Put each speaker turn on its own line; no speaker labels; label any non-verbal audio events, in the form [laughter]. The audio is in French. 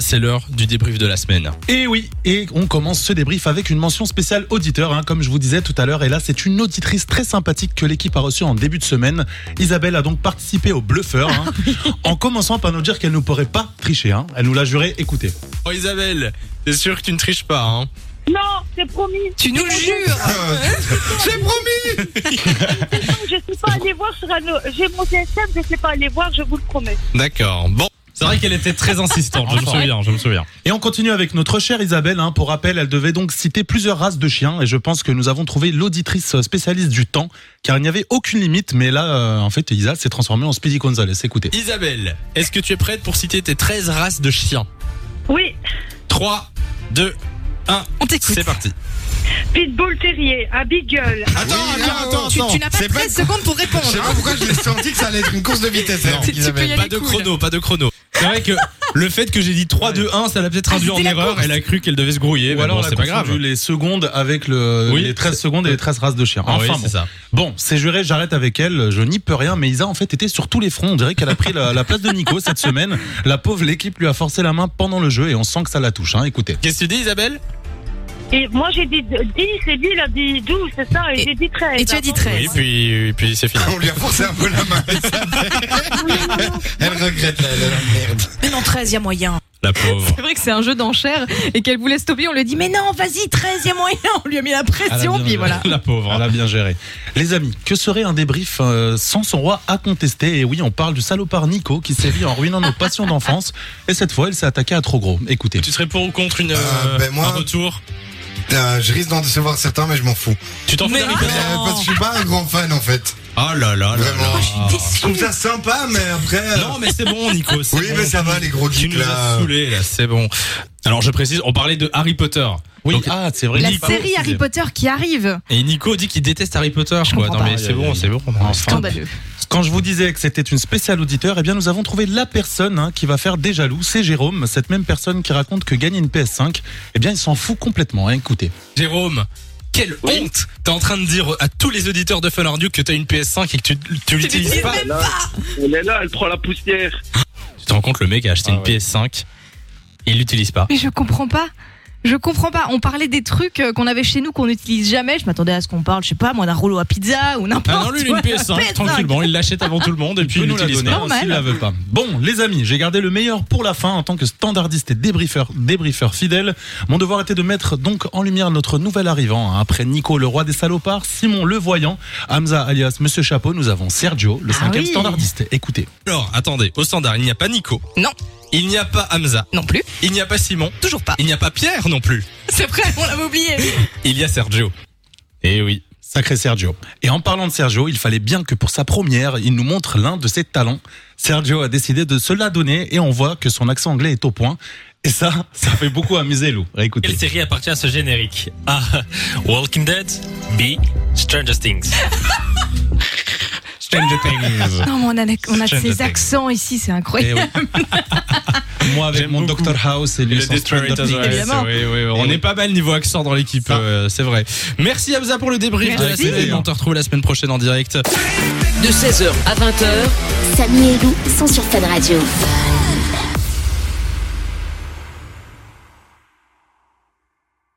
C'est l'heure du débrief de la semaine.
Et oui, et on commence ce débrief avec une mention spéciale auditeur, hein, comme je vous disais tout à l'heure. Et là, c'est une auditrice très sympathique que l'équipe a reçue en début de semaine. Isabelle a donc participé au
[laughs]
bluffeur, hein, en commençant par nous dire qu'elle ne pourrait pas tricher. hein. Elle nous l'a juré, écoutez.
Oh Isabelle, c'est sûr que tu ne triches pas, hein
Non, c'est promis.
Tu nous le jures
[laughs] C'est promis
Je ne sais pas aller voir sur un... autre- J'ai mon TSM, je ne sais pas aller voir, je vous le promets.
D'accord, bon. C'est vrai qu'elle était très insistante, [laughs] je me souviens, je me souviens.
Et on continue avec notre chère Isabelle. hein. Pour rappel, elle devait donc citer plusieurs races de chiens. Et je pense que nous avons trouvé l'auditrice spécialiste du temps, car il n'y avait aucune limite. Mais là, euh, en fait, Isa s'est transformée en Speedy Gonzales. Écoutez.
Isabelle, est-ce que tu es prête pour citer tes 13 races de chiens
Oui,
3, 2, 1,
On t'écoute.
c'est parti.
Pitbull Terrier, un Beagle,
Attends, attends,
Ah,
attends,
Tu, tu n'as pas
C'est
13
pas-
secondes pour
Je sais
répondre.
pas pourquoi je l'ai senti que ça allait être une course de vitesse.
Non,
hein,
tu peux y
Isabelle.
aller. Elle
Pas
est
de
cool.
chrono, pas de chrono. C'est vrai que le fait que j'ai dit 3, 2, 1, ça l'a peut-être
Ah,
induit en
c'était la
erreur.
course.
Elle a cru qu'elle devait se grouiller,
Ou
mais
alors,
ben bon,
elle a
c'est pas
confondu
grave.
les secondes avec le,
Oui.
les 13 secondes et les 13 races de chiens.
Ah oui,
Enfin, bon.
c'est ça.
Bon, c'est juré, j'arrête avec elle, je n'y peux rien, mais Isa en fait était sur tous les fronts, on dirait qu'elle a pris la, la place de
[laughs]
Nico cette semaine. La pauvre, l'équipe lui a forcé la main pendant le jeu et on sent que ça la touche, hein. écoutez.
Qu'est-ce que tu dis Isabelle
Et moi j'ai dit 10 et lui il a dit 12, c'est ça Et,
Et-
j'ai dit 13.
Et tu as dit 13.
Oui, puis, puis c'est fini.
On lui a forcé un peu la main. Elle regrette, là, elle a la merde.
Mais non, 13, y a moyen.
La pauvre.
C'est vrai que c'est un jeu d'enchères et qu'elle voulait stopper. On lui dit, mais non, vas-y, 13, y a moyen. On lui a mis la pression, puis voilà.
[laughs] La pauvre.
Elle a bien géré. Les amis, que serait un débrief euh, sans son roi à contester Et oui, on parle du salopard Nico qui sévit en ruinant nos passions d'enfance, et cette fois, elle s'est attaquée à trop gros. Écoutez.
Tu serais pour ou contre une,
Euh, ben, moi-
un retour
Putain, Euh, je risque d'en décevoir certains, mais je m'en fous.
Tu t'en fous
Mais
d'Harry
non.
Mais,
Potter
euh, parce que je suis pas un grand fan en fait.
Oh là là là
Vraiment.
là.
Je trouve ça sympa, mais après. euh,
Non mais c'est bon Nico. c'est
Oui,
bon.
mais ça va, les gros
Tu
geeks,
nous as
là.
saoulés là, c'est bon. Alors je précise, on parlait de Harry Potter.
Oui,
Donc,
ah, c'est vrai.
La
Nico,
série
excusez.
Harry Potter qui arrive.
et Nico dit qu'il déteste Harry Potter. Quoi.
comprends
Non mais
pas.
c'est bon, c'est bon.
Enfin,
Scandaleux.
Quand je vous disais que c'était une spéciale auditeur, eh bien nous avons trouvé la personne hein, qui va faire des jaloux, c'est Jérôme, cette même personne qui raconte que gagner une PS5, eh bien il s'en fout complètement, hein, écoutez.
Jérôme, quelle honte T'es en train de dire à tous les auditeurs de Fun Radio que t'as une PS5 et que tu, tu l'utilises pas.
Elle est là, elle est là, elle prend la poussière.
Tu te rends compte le mec a acheté
Ah
une PS5 et il l'utilise pas.
Mais je comprends pas. Je comprends pas. On parlait des trucs euh, qu'on avait chez nous qu'on n'utilise jamais. Je m'attendais à ce qu'on parle, je sais pas, moi, d'un rouleau à pizza ou n'importe
Ah non, lui, il a une
quoi.
PS5, tranquillement, il l'achète avant tout le monde et puis
peut
il
nous la
l'utilise
donner
pas.
Normal.
s'il la veut pas. Bon, les amis, j'ai gardé le meilleur pour la fin en tant que standardiste et débriefeur, débriefeur fidèle. Mon devoir était de mettre donc en lumière notre nouvel arrivant. hein. Après Nico, le roi des salopards, Simon, le voyant, Hamza, alias Monsieur Chapeau, nous avons Sergio, le
Ah
cinquième
oui.
standardiste. Écoutez.
Alors attendez, au standard, il n'y a pas Nico.
Non.
Il n'y a pas Hamza.
Non plus,
Il n'y a pas Simon.
toujours pas.
Il n'y a pas Pierre non plus.
C'est vrai, on l'avait oublié.
[laughs] Il y a Sergio. Eh oui.
Sacré Sergio. Et en parlant de Sergio, il fallait bien que pour sa première, il nous montre l'un de ses talents. Sergio a décidé de se la donner et on voit que son accent anglais est au point. Et ça, ça fait beaucoup amuser Lou. Écoutez.
Quelle série appartient à ce générique A. Walking Dead. B. Stranger Things.
Stranger Things.
Non, mais on a, on a
Stranger Things.
ces accents ici, c'est
Eh
incroyable.
oui. [laughs] Moi avec
J'aime
mon
beaucoup.
Dr House et lui
Le
son Stranger
Desperators,
Things. Eh
ouais,
Évidemment.
c'est- Eh oui, oui, on est pas mal niveau accent dans l'équipe, euh, c'est vrai. Merci Hamza pour le débrief de la
Merci.
semaine. On te retrouve la semaine prochaine en direct.
Samy et Lou sont sur Fan Radio.